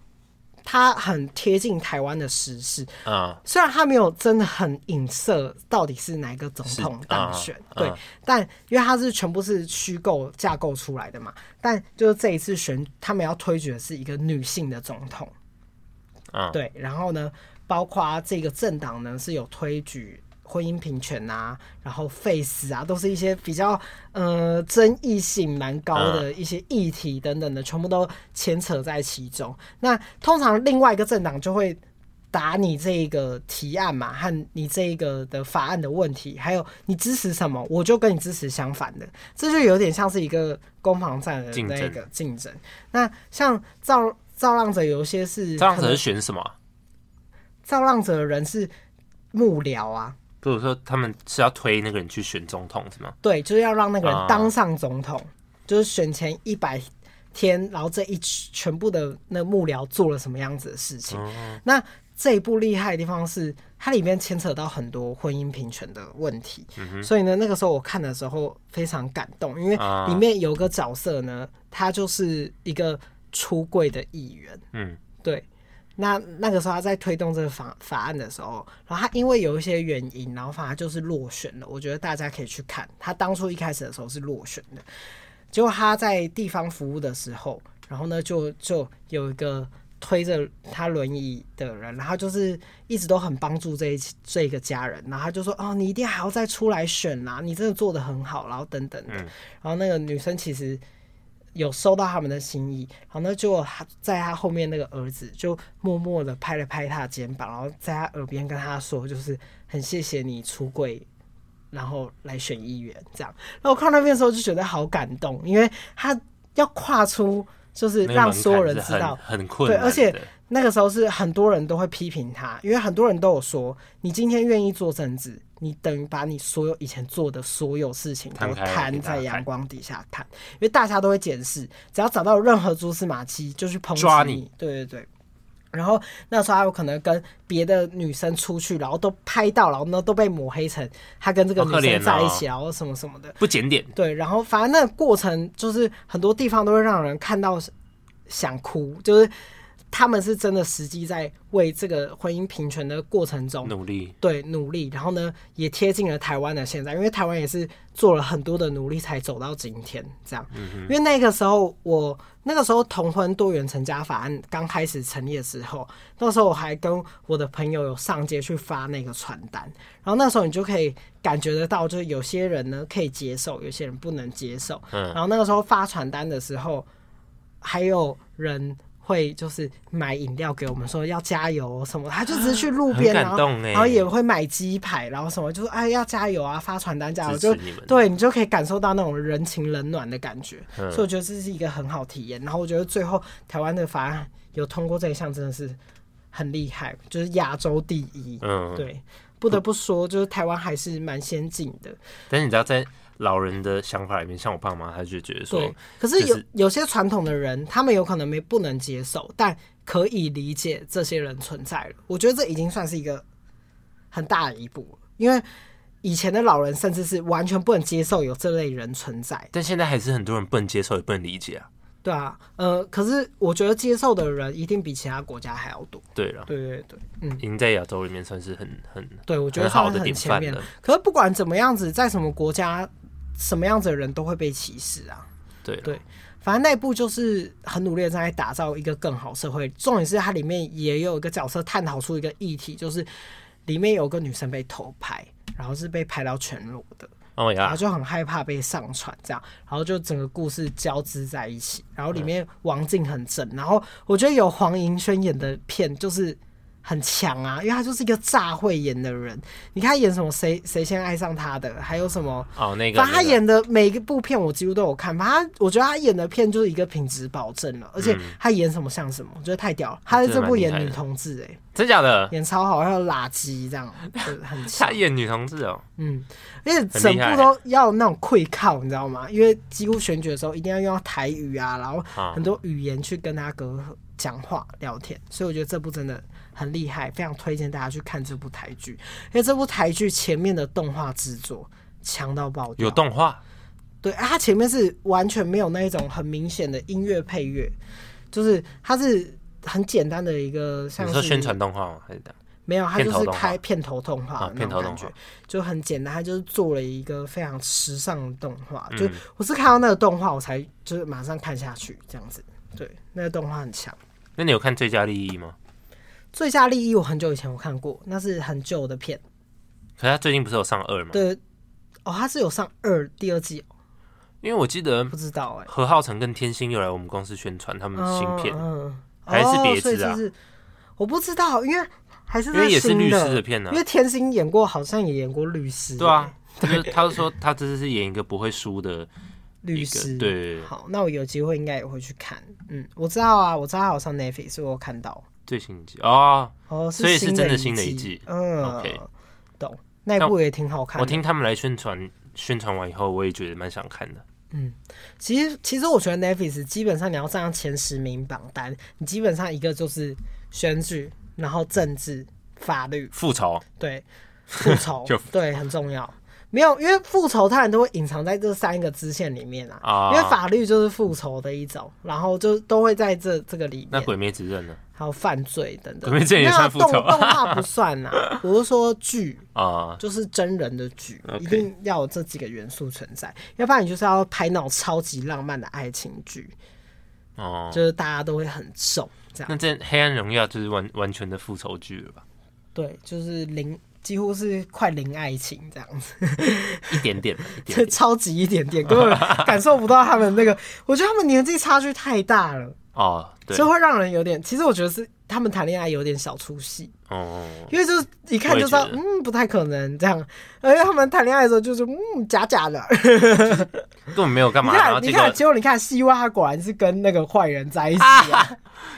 [SPEAKER 1] 它很贴近台湾的时事，
[SPEAKER 2] 嗯，
[SPEAKER 1] 虽然他没有真的很影射到底是哪一个总统
[SPEAKER 2] 是
[SPEAKER 1] 当选，
[SPEAKER 2] 啊
[SPEAKER 1] 对，
[SPEAKER 2] 啊
[SPEAKER 1] 但因为它是全部是虚构架构出来的嘛，但就是这一次选他们要推举的是一个女性的总统，
[SPEAKER 2] 嗯
[SPEAKER 1] 对，然后呢，包括这个政党呢是有推举。婚姻平权啊，然后 face 啊，都是一些比较呃争议性蛮高
[SPEAKER 2] 啊
[SPEAKER 1] 的一些议题等等的，全部都牵扯在其中。那通常另外一个政党就会打你这一个提案嘛，和你这一个的法案的问题，还有你支持什么，我就跟你支持相反的，这就有点像是一个攻防战的
[SPEAKER 2] 竞
[SPEAKER 1] 那
[SPEAKER 2] 争
[SPEAKER 1] 个竞争。那像造造浪者，有一些是
[SPEAKER 2] 造浪
[SPEAKER 1] 可
[SPEAKER 2] 者
[SPEAKER 1] 能
[SPEAKER 2] 是选什么啊？
[SPEAKER 1] 造浪者的人是幕僚啊，
[SPEAKER 2] 比如说他们是要推那个人去选总统是吗？
[SPEAKER 1] 对，就是要让那个
[SPEAKER 2] 啊
[SPEAKER 1] 人当上总统，就是选前一百天，然后这一群全部的那幕僚做了什么样子的事情。
[SPEAKER 2] 嗯
[SPEAKER 1] 那这一部厉害的地方是，它里面牵扯到很多婚姻平权的问题，
[SPEAKER 2] 嗯
[SPEAKER 1] 所以呢，那个时候我看的时候非常感动，因为
[SPEAKER 2] 啊
[SPEAKER 1] 里面有个角色呢，他就是一个出柜的议员，
[SPEAKER 2] 嗯，
[SPEAKER 1] 对。那那个时候他在推动这个法法案的时候，然后他因为有一些原因，然后反正就是落选了。我觉得大家可以去看，他当初一开始的时候是落选的，结果他在地方服务的时候，然后呢就就有一个推着他轮椅的人，然后就是一直都很帮助这一这一个家人，然后他就说哦，你一定还要啊再出来选啦、你真的做的很好，然后等等的。然后那个女生其实有收到他们的心意，然后呢，结果他在他后面那个儿子就默默的拍了拍他的肩膀，然后在他耳边跟他说，就是很谢谢你出柜，然后来选议员这样。然后我看到那边的时候就觉得好感动，因为他要跨出，就是
[SPEAKER 2] 那个
[SPEAKER 1] 让
[SPEAKER 2] 门
[SPEAKER 1] 所有
[SPEAKER 2] 槛
[SPEAKER 1] 人
[SPEAKER 2] 是
[SPEAKER 1] 知道
[SPEAKER 2] 很，很困
[SPEAKER 1] 对
[SPEAKER 2] 难
[SPEAKER 1] 而且
[SPEAKER 2] 的
[SPEAKER 1] 那个时候是很多人都会批评他，因为很多人都有说，你今天愿意做政治，你等于把你所有以前做的所有事情都
[SPEAKER 2] 摊开来
[SPEAKER 1] 摊
[SPEAKER 2] 给大家
[SPEAKER 1] 在
[SPEAKER 2] 看
[SPEAKER 1] 阳光底下看，因为大家都会检视，只要找到任何蛛丝马迹就去抨击
[SPEAKER 2] 抓你
[SPEAKER 1] 你，对对对。然后那时候他有可能跟别的女生出去，然后都拍到，然后呢都被抹黑成他跟这个
[SPEAKER 2] 好
[SPEAKER 1] 女
[SPEAKER 2] 可怜
[SPEAKER 1] 生在一
[SPEAKER 2] 哦
[SPEAKER 1] 起，然后什么什么的。
[SPEAKER 2] 不检点，
[SPEAKER 1] 对，然后反正那个过程就是很多地方都会让人看到想哭，就是他们是真的实际在为这个婚姻平权的过程中。
[SPEAKER 2] 努力
[SPEAKER 1] 对，努力，然后呢，也贴近了台湾的现在，因为台湾也是做了很多的努力才走到今天这样。
[SPEAKER 2] 嗯
[SPEAKER 1] 因为那个时候我那个时候同婚多元成家法案刚开始成立的时候，那时候我还跟我的朋友有上街去发那个传单，然后那时候你就可以感觉得到，就是有些人呢可以接受，有些人不能接受。
[SPEAKER 2] 嗯
[SPEAKER 1] 然后那个时候发传单的时候，还有人。会就是买饮料给我们说要加油哦什么，他就只是去路边，
[SPEAKER 2] 很感
[SPEAKER 1] 然后
[SPEAKER 2] 动欸
[SPEAKER 1] 然后也会买鸡排，然后什么，就是哎要加油啊，发传单加油，
[SPEAKER 2] 支
[SPEAKER 1] 就
[SPEAKER 2] 持你们。
[SPEAKER 1] 对你就可以感受到那种人情冷暖的感觉，
[SPEAKER 2] 嗯
[SPEAKER 1] 所以我觉得这是一个很好体验。然后我觉得最后台湾的法案有通过这一项，真的是很厉害，就是亚洲第一。
[SPEAKER 2] 嗯，
[SPEAKER 1] 对，不得不说，就是台湾还是蛮先进的。
[SPEAKER 2] 但是你知道，在老人的想法里面，像我爸妈，他就觉得说
[SPEAKER 1] 对，，可是有、
[SPEAKER 2] 就是
[SPEAKER 1] 有些传统的人，他们有可能没不能接受，但可以理解这些人存在了。我觉得这已经算是一个很大的一步了，因为以前的老人甚至是完全不能接受有这类人存在。
[SPEAKER 2] 但现在还是很多人不能接受，也不能理解啊。
[SPEAKER 1] 对啊，呃，可是我觉得接受的人一定比其他国家还要多。
[SPEAKER 2] 对了，
[SPEAKER 1] 对对对，嗯
[SPEAKER 2] 已，经在亚洲里面算是很很
[SPEAKER 1] 对，我觉得
[SPEAKER 2] 很好
[SPEAKER 1] 算是
[SPEAKER 2] 的
[SPEAKER 1] 很
[SPEAKER 2] 典
[SPEAKER 1] 前
[SPEAKER 2] 范
[SPEAKER 1] 面
[SPEAKER 2] 了。。
[SPEAKER 1] 可是不管怎么样子，在什么国家，什么样子的人都会被歧视啊。
[SPEAKER 2] 对啦
[SPEAKER 1] 对反正那一部就是很努力的在打造一个更好社会。重点是它里面也有一个角色探讨出一个议题，就是里面有个女生被偷拍，然后是被拍到全裸的，
[SPEAKER 2] ，Oh
[SPEAKER 1] 然后
[SPEAKER 2] my god，
[SPEAKER 1] 就很害怕被上传这样，然后就整个故事交织在一起。然后里面王静很正，然后我觉得有黄银轩演的片就是。很强啊，因为他就是一个炸会演的人。你看他演什么谁谁先爱上他的，还有什么
[SPEAKER 2] 哦那个，
[SPEAKER 1] 反正他
[SPEAKER 2] 那个
[SPEAKER 1] 演的每一个部片我几乎都有看，反正他我觉得他演的片就是一个品质保证了，而
[SPEAKER 2] 嗯
[SPEAKER 1] 且他演什么像什么，我觉得太屌了。他在这部演女同志、欸，
[SPEAKER 2] 真假的，
[SPEAKER 1] 演超好，还有垃圾这样，就是 很强
[SPEAKER 2] 他。演女同志哦，
[SPEAKER 1] 嗯，而且整部
[SPEAKER 2] 欸
[SPEAKER 1] 都要有那种愧靠，你知道吗？因为几乎选举的时候一定要用到台语啊，然后
[SPEAKER 2] 啊
[SPEAKER 1] 很多语言去跟他隔阂讲话聊天，所以我觉得这部真的很厉害，非常推荐大家去看这部台剧，因为这部台剧前面的动画制作强到爆掉，
[SPEAKER 2] 有动画，
[SPEAKER 1] 对，啊它前面是完全没有那一种很明显的音乐配乐，就是它是很简单的一个像
[SPEAKER 2] 你
[SPEAKER 1] 是
[SPEAKER 2] 说宣传动画吗？还是怎样？
[SPEAKER 1] 没有，它就
[SPEAKER 2] 片头
[SPEAKER 1] 是
[SPEAKER 2] 动画
[SPEAKER 1] 开片头动画
[SPEAKER 2] 啊
[SPEAKER 1] 的那
[SPEAKER 2] 片
[SPEAKER 1] 种
[SPEAKER 2] 头
[SPEAKER 1] 感
[SPEAKER 2] 动
[SPEAKER 1] 觉
[SPEAKER 2] 画，
[SPEAKER 1] 就很简单，它就是做了一个非常时尚的动画。就
[SPEAKER 2] 嗯
[SPEAKER 1] 我是看到那个动画，我才就是马上看下去这样子。对，那个动画很强。
[SPEAKER 2] 那你有看《最佳利益》吗？
[SPEAKER 1] 最佳利益我很久以前我看过，那是很旧的片。
[SPEAKER 2] 可是他最近不是有上二吗？
[SPEAKER 1] 对，哦，它是有上二第二季，哦
[SPEAKER 2] 因为我记得
[SPEAKER 1] 不知道哎、
[SPEAKER 2] 何浩晨跟天心又来我们公司宣传他们新片，
[SPEAKER 1] 嗯，嗯
[SPEAKER 2] 还是别
[SPEAKER 1] 哦所以
[SPEAKER 2] 致啊
[SPEAKER 1] 就是我不知道，因为还是
[SPEAKER 2] 因为也是
[SPEAKER 1] 新
[SPEAKER 2] 律师的片呢啊
[SPEAKER 1] 因。为天心演过，好像也演过律师，
[SPEAKER 2] 对啊，他就他就说他这次是演一个不会输的
[SPEAKER 1] 对，律
[SPEAKER 2] 一个
[SPEAKER 1] 师，，
[SPEAKER 2] 对
[SPEAKER 1] 好，那我有机会应该也会去看，嗯，我知道啊，我知道它有上 Netflix，我有看到，
[SPEAKER 2] 最新一集哦。
[SPEAKER 1] 哦，是
[SPEAKER 2] 所以是真的
[SPEAKER 1] 新
[SPEAKER 2] 新的一
[SPEAKER 1] 季
[SPEAKER 2] 季，
[SPEAKER 1] 嗯
[SPEAKER 2] OK
[SPEAKER 1] 懂，那一部也挺好看的，
[SPEAKER 2] 我听他们来宣传，宣传完以后，我也觉得蛮想看的。
[SPEAKER 1] 其实，其实我觉得 Netflix 基本上你要上前十名榜单，你基本上一个就是选举，然后政治、法律，
[SPEAKER 2] 复仇
[SPEAKER 1] 对，复仇
[SPEAKER 2] 就
[SPEAKER 1] 对很重要。没有，因为复仇当然都会隐藏在这三个支线里面啊。
[SPEAKER 2] 啊
[SPEAKER 1] 因为法律就是复仇的一种，然后就都会在这这个里
[SPEAKER 2] 那
[SPEAKER 1] 面
[SPEAKER 2] 《，鬼灭之刃》呢？
[SPEAKER 1] 还有犯罪等等。
[SPEAKER 2] 鬼灭之刃也
[SPEAKER 1] 那
[SPEAKER 2] 算复仇
[SPEAKER 1] 动动画 不算呐、我是说剧，
[SPEAKER 2] 啊、
[SPEAKER 1] 就是真人的剧
[SPEAKER 2] OK
[SPEAKER 1] 一定要有这几个元素存在，要不然你就是要拍那种超级浪漫的爱情剧，
[SPEAKER 2] 哦，
[SPEAKER 1] 就是大家都会很重这样。
[SPEAKER 2] 那这《黑暗荣耀》就是完完全的复仇剧了吧？
[SPEAKER 1] 对，就是灵几乎是快零爱情这样子，
[SPEAKER 2] 一点 点吧，一点
[SPEAKER 1] 这
[SPEAKER 2] 点
[SPEAKER 1] 超级一点点，根本感受不到他们那个。 我觉得他们年纪差距太大了，
[SPEAKER 2] 哦，对，
[SPEAKER 1] 所以
[SPEAKER 2] 哦
[SPEAKER 1] 会让人有点。其实我觉得是他们谈恋爱有点小出戏，
[SPEAKER 2] 哦，
[SPEAKER 1] 因为就是一看就知道
[SPEAKER 2] 我，也觉
[SPEAKER 1] 嗯，不太可能这样。而且他们谈恋爱的时候就是嗯假假 的，
[SPEAKER 2] 根本没有干
[SPEAKER 1] 你
[SPEAKER 2] 嘛，然后
[SPEAKER 1] 看，
[SPEAKER 2] 结
[SPEAKER 1] 你
[SPEAKER 2] 果
[SPEAKER 1] 看，结果你看，西瓜他果然是跟那个坏人在 一起啊，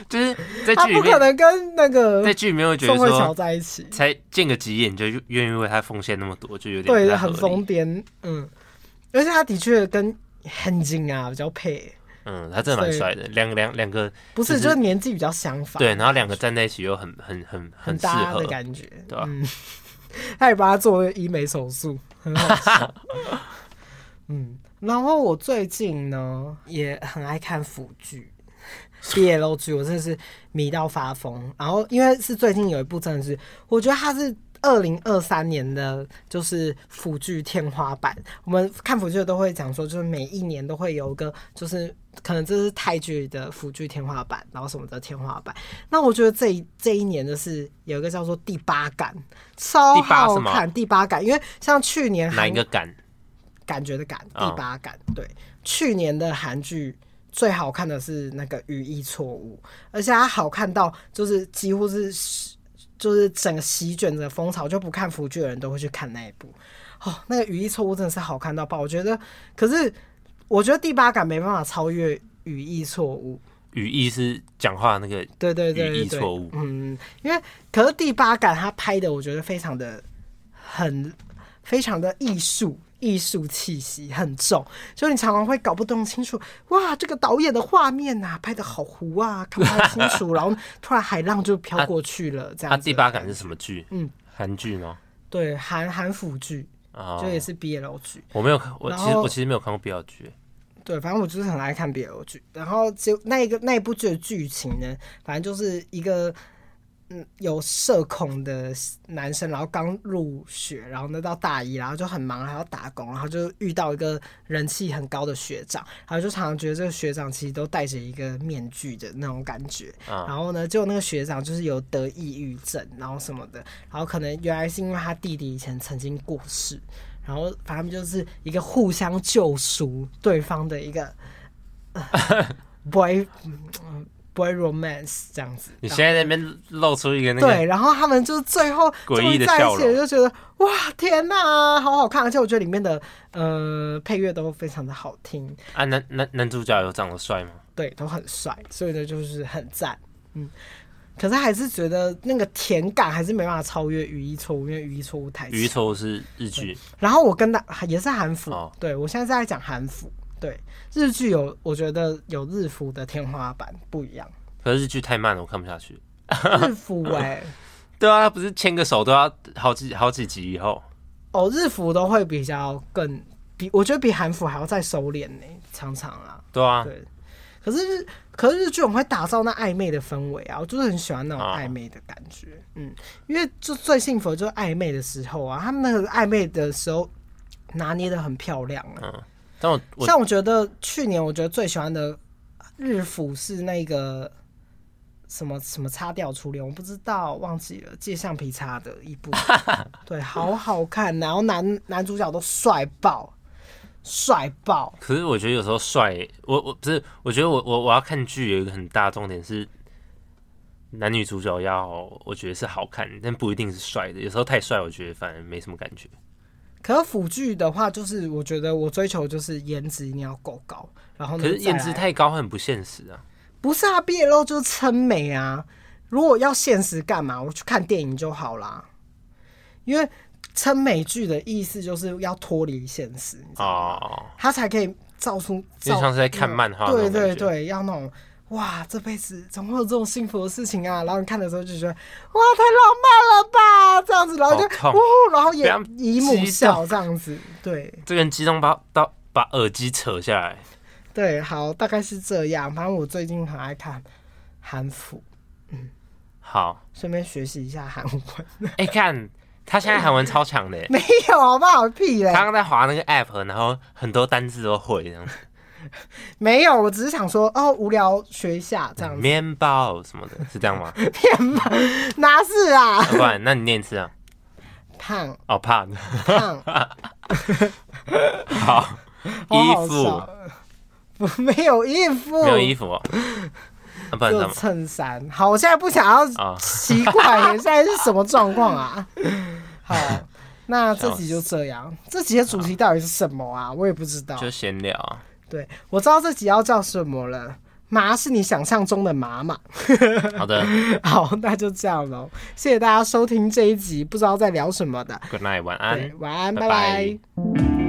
[SPEAKER 2] 就是在
[SPEAKER 1] 他
[SPEAKER 2] 剧里
[SPEAKER 1] 不可
[SPEAKER 2] 面，
[SPEAKER 1] 能跟那个
[SPEAKER 2] 在剧里面会觉得
[SPEAKER 1] 宋慧乔
[SPEAKER 2] 说，
[SPEAKER 1] 在一起，
[SPEAKER 2] 才见个几眼就愿意为他奉献那么多，就有点不
[SPEAKER 1] 对，
[SPEAKER 2] 太合
[SPEAKER 1] 很
[SPEAKER 2] 理
[SPEAKER 1] 疯癫，嗯，而且他的确跟很近啊比较配，
[SPEAKER 2] 嗯，他真的蛮
[SPEAKER 1] 对
[SPEAKER 2] 帅的，两两两个
[SPEAKER 1] 不是，
[SPEAKER 2] 就是
[SPEAKER 1] 就是年纪比较相仿，
[SPEAKER 2] 对，然后两个站在一起又很很很
[SPEAKER 1] 很
[SPEAKER 2] 适
[SPEAKER 1] 搭
[SPEAKER 2] 合
[SPEAKER 1] 的，感觉，
[SPEAKER 2] 对吧
[SPEAKER 1] 嗯，他也帮他做医美手术，很好笑，嗯，然后我最近呢也很爱看腐剧。BL 剧，我真的是迷到发疯。然后因为是最近有一部真的是，我觉得它是二零二三年的，就是腐剧天花板。我们看腐剧的都会讲说，就是每一年都会有一个，就是可能这是泰剧的腐剧天花板，然后什么的天花板。那我觉得这一这一年就是有一个叫做《第八感》，超
[SPEAKER 2] 第八
[SPEAKER 1] 好
[SPEAKER 2] 什么
[SPEAKER 1] 看，《第八感》，因为像去年
[SPEAKER 2] 哪
[SPEAKER 1] 韩
[SPEAKER 2] 一个敢？
[SPEAKER 1] 感觉的感，
[SPEAKER 2] 哦
[SPEAKER 1] 第八感。对，去年的韩剧最好看的是那个《语义错误》，而且它好看到就是几乎是就是整个席卷着风潮，就不看腐剧的人都会去看那一部。哦，那个《语义错误》真的是好看到爆，我觉得，可是我觉得第八感没办法超越《语义错误》。
[SPEAKER 2] 语义是讲话那个
[SPEAKER 1] 对对对
[SPEAKER 2] 语
[SPEAKER 1] 对
[SPEAKER 2] 义
[SPEAKER 1] 对，
[SPEAKER 2] 错误
[SPEAKER 1] 嗯，因为可是第八感他拍的，我觉得非常的很非常的艺术，艺术气息很重，就你常常会搞不懂清楚，哇，这个导演的画面呐、拍的好糊啊，看不太清楚，然后突然海浪就飘过去了，这
[SPEAKER 2] 啊，
[SPEAKER 1] 样子。
[SPEAKER 2] 第八感是什么剧？
[SPEAKER 1] 嗯，
[SPEAKER 2] 韩剧吗？
[SPEAKER 1] 对韩韩腐剧，
[SPEAKER 2] 啊
[SPEAKER 1] 就，也是 BL 剧。
[SPEAKER 2] 我没有看，我
[SPEAKER 1] 然
[SPEAKER 2] 其
[SPEAKER 1] 后
[SPEAKER 2] 实我其实没有看过 BL 剧，
[SPEAKER 1] 对，反正我就是很爱看 BL 剧，然后就那一个那一部剧的剧情呢，反正就是一个嗯有社恐的男生，然后刚入学，然后呢到大一，然后就很忙，还要打工，然后就遇到一个人气很高的学长，然后就常常觉得这个学长其实都戴着一个面具的那种感觉，
[SPEAKER 2] 啊
[SPEAKER 1] 然后呢，就那个学长就是有得抑郁症，然后什么的，然后可能原来是因为他弟弟以前曾经过世，然后反正他们就是一个互相救赎对方的一个、呃 boy 嗯 boy romance 这样子。
[SPEAKER 2] 你现在在那边露出一个那个
[SPEAKER 1] 对，然后他们就是最后
[SPEAKER 2] 诡
[SPEAKER 1] 终
[SPEAKER 2] 异
[SPEAKER 1] 于
[SPEAKER 2] 的
[SPEAKER 1] 在一
[SPEAKER 2] 笑
[SPEAKER 1] 起了，
[SPEAKER 2] 容
[SPEAKER 1] 就觉得哇天呐，好好看！而且我觉得里面的呃配乐都非常的好听，
[SPEAKER 2] 啊，男男男主角有长得帅吗？
[SPEAKER 1] 对，都很帅，所以呢就是很赞，嗯。可是还是觉得那个甜感还是没办法超越《语义错误》，因为《语义错误》太
[SPEAKER 2] 鱼
[SPEAKER 1] 强。
[SPEAKER 2] 头是日剧，
[SPEAKER 1] 然后我跟他也是韩服，
[SPEAKER 2] 哦
[SPEAKER 1] 对我现在是在讲韩服，对日剧有我觉得有日服的天花板不一 样，
[SPEAKER 2] 可是日剧太慢了，我看不下去。
[SPEAKER 1] 日服哎、
[SPEAKER 2] 对啊，他不是牵个手都要好几好几集以后，
[SPEAKER 1] 哦日服都会比较更比我觉得比韩服还要再收敛呢、常常啊，
[SPEAKER 2] 对啊，
[SPEAKER 1] 对。可是日可是日剧我会打造那暧昧的氛围啊，我就是很喜欢那种
[SPEAKER 2] 啊
[SPEAKER 1] 暧昧的感觉，嗯，因为就最幸福的就是暧昧的时候啊，他们那个暧昧的时候拿捏的很漂亮啊。
[SPEAKER 2] 但我我
[SPEAKER 1] 像我觉得去年我觉得最喜欢的日服是那个什么什么擦掉初恋，我不知道忘记了，借橡皮擦的一部， 对，好好看，然后男男主角都帅爆，帅爆，
[SPEAKER 2] 可是我觉得有时候帅，我我不是，我觉得我我我要看剧有一个很大重点是，男女主角要我觉得是好看，但不一定是帅的。有时候太帅，我觉得反而没什么感觉。
[SPEAKER 1] 可是腐剧的话，就是我觉得我追求就是颜值一定要够高，然后呢
[SPEAKER 2] 可是颜值
[SPEAKER 1] 再来
[SPEAKER 2] 太高很不现实啊。
[SPEAKER 1] 不是啊，BL 就是称美啊。如果要现实干嘛，我去看电影就好啦。因为称美剧的意思就是要脱离现实，你知道吗
[SPEAKER 2] 哦，
[SPEAKER 1] 它才可以造出
[SPEAKER 2] 就
[SPEAKER 1] 造
[SPEAKER 2] 像是在看漫画那种
[SPEAKER 1] 对
[SPEAKER 2] 感
[SPEAKER 1] 对
[SPEAKER 2] 觉
[SPEAKER 1] 对，要那种。哇，这辈子怎么会有这种幸福的事情啊？然后你看的时候就觉得，哇，太浪漫了吧，这样子，然后就
[SPEAKER 2] 好
[SPEAKER 1] 哦，
[SPEAKER 2] 痛
[SPEAKER 1] 然后也
[SPEAKER 2] 不要
[SPEAKER 1] 姨母
[SPEAKER 2] 激
[SPEAKER 1] 笑这样子，对。
[SPEAKER 2] 这个人激动把到把耳机扯下来，
[SPEAKER 1] 对，好，大概是这样。反正我最近很爱看韩服，
[SPEAKER 2] 好，
[SPEAKER 1] 顺便学习一下韩文。
[SPEAKER 2] 哎、看他现在韩文超强的耶，
[SPEAKER 1] 没有，好不好？屁嘞
[SPEAKER 2] 他，刚在划那个 app，然后很多单字都会这样子，
[SPEAKER 1] 没有。我只是想说，哦，无聊学一下这样子，
[SPEAKER 2] 面 包什么的，是这样吗？
[SPEAKER 1] 哪是啊？
[SPEAKER 2] 不然，那你念一次啊。
[SPEAKER 1] 胖
[SPEAKER 2] 哦，胖，
[SPEAKER 1] 胖， 好
[SPEAKER 2] 好，
[SPEAKER 1] 好
[SPEAKER 2] 衣
[SPEAKER 1] 笑
[SPEAKER 2] 服，
[SPEAKER 1] 不没有衣服，
[SPEAKER 2] 没有 衣服哦，啊、不然
[SPEAKER 1] 只
[SPEAKER 2] 怎
[SPEAKER 1] 有
[SPEAKER 2] 么
[SPEAKER 1] 衬衫。好，我现在不想要
[SPEAKER 2] 啊？
[SPEAKER 1] 奇怪耶，现在是什么状况 啊？好，那这集就这样。这集的主题到底是什么啊？我也不知道。
[SPEAKER 2] 就闲聊啊，
[SPEAKER 1] 对，我知道这集要叫什么了。麻是你想象中的麻嘛？
[SPEAKER 2] 好 的
[SPEAKER 1] 好，那就这样喽。谢谢大家收听这一集，不知道在聊什么的。
[SPEAKER 2] ，Good night，晚安
[SPEAKER 1] 对，。晚安，
[SPEAKER 2] 拜
[SPEAKER 1] 拜
[SPEAKER 2] 拜
[SPEAKER 1] 拜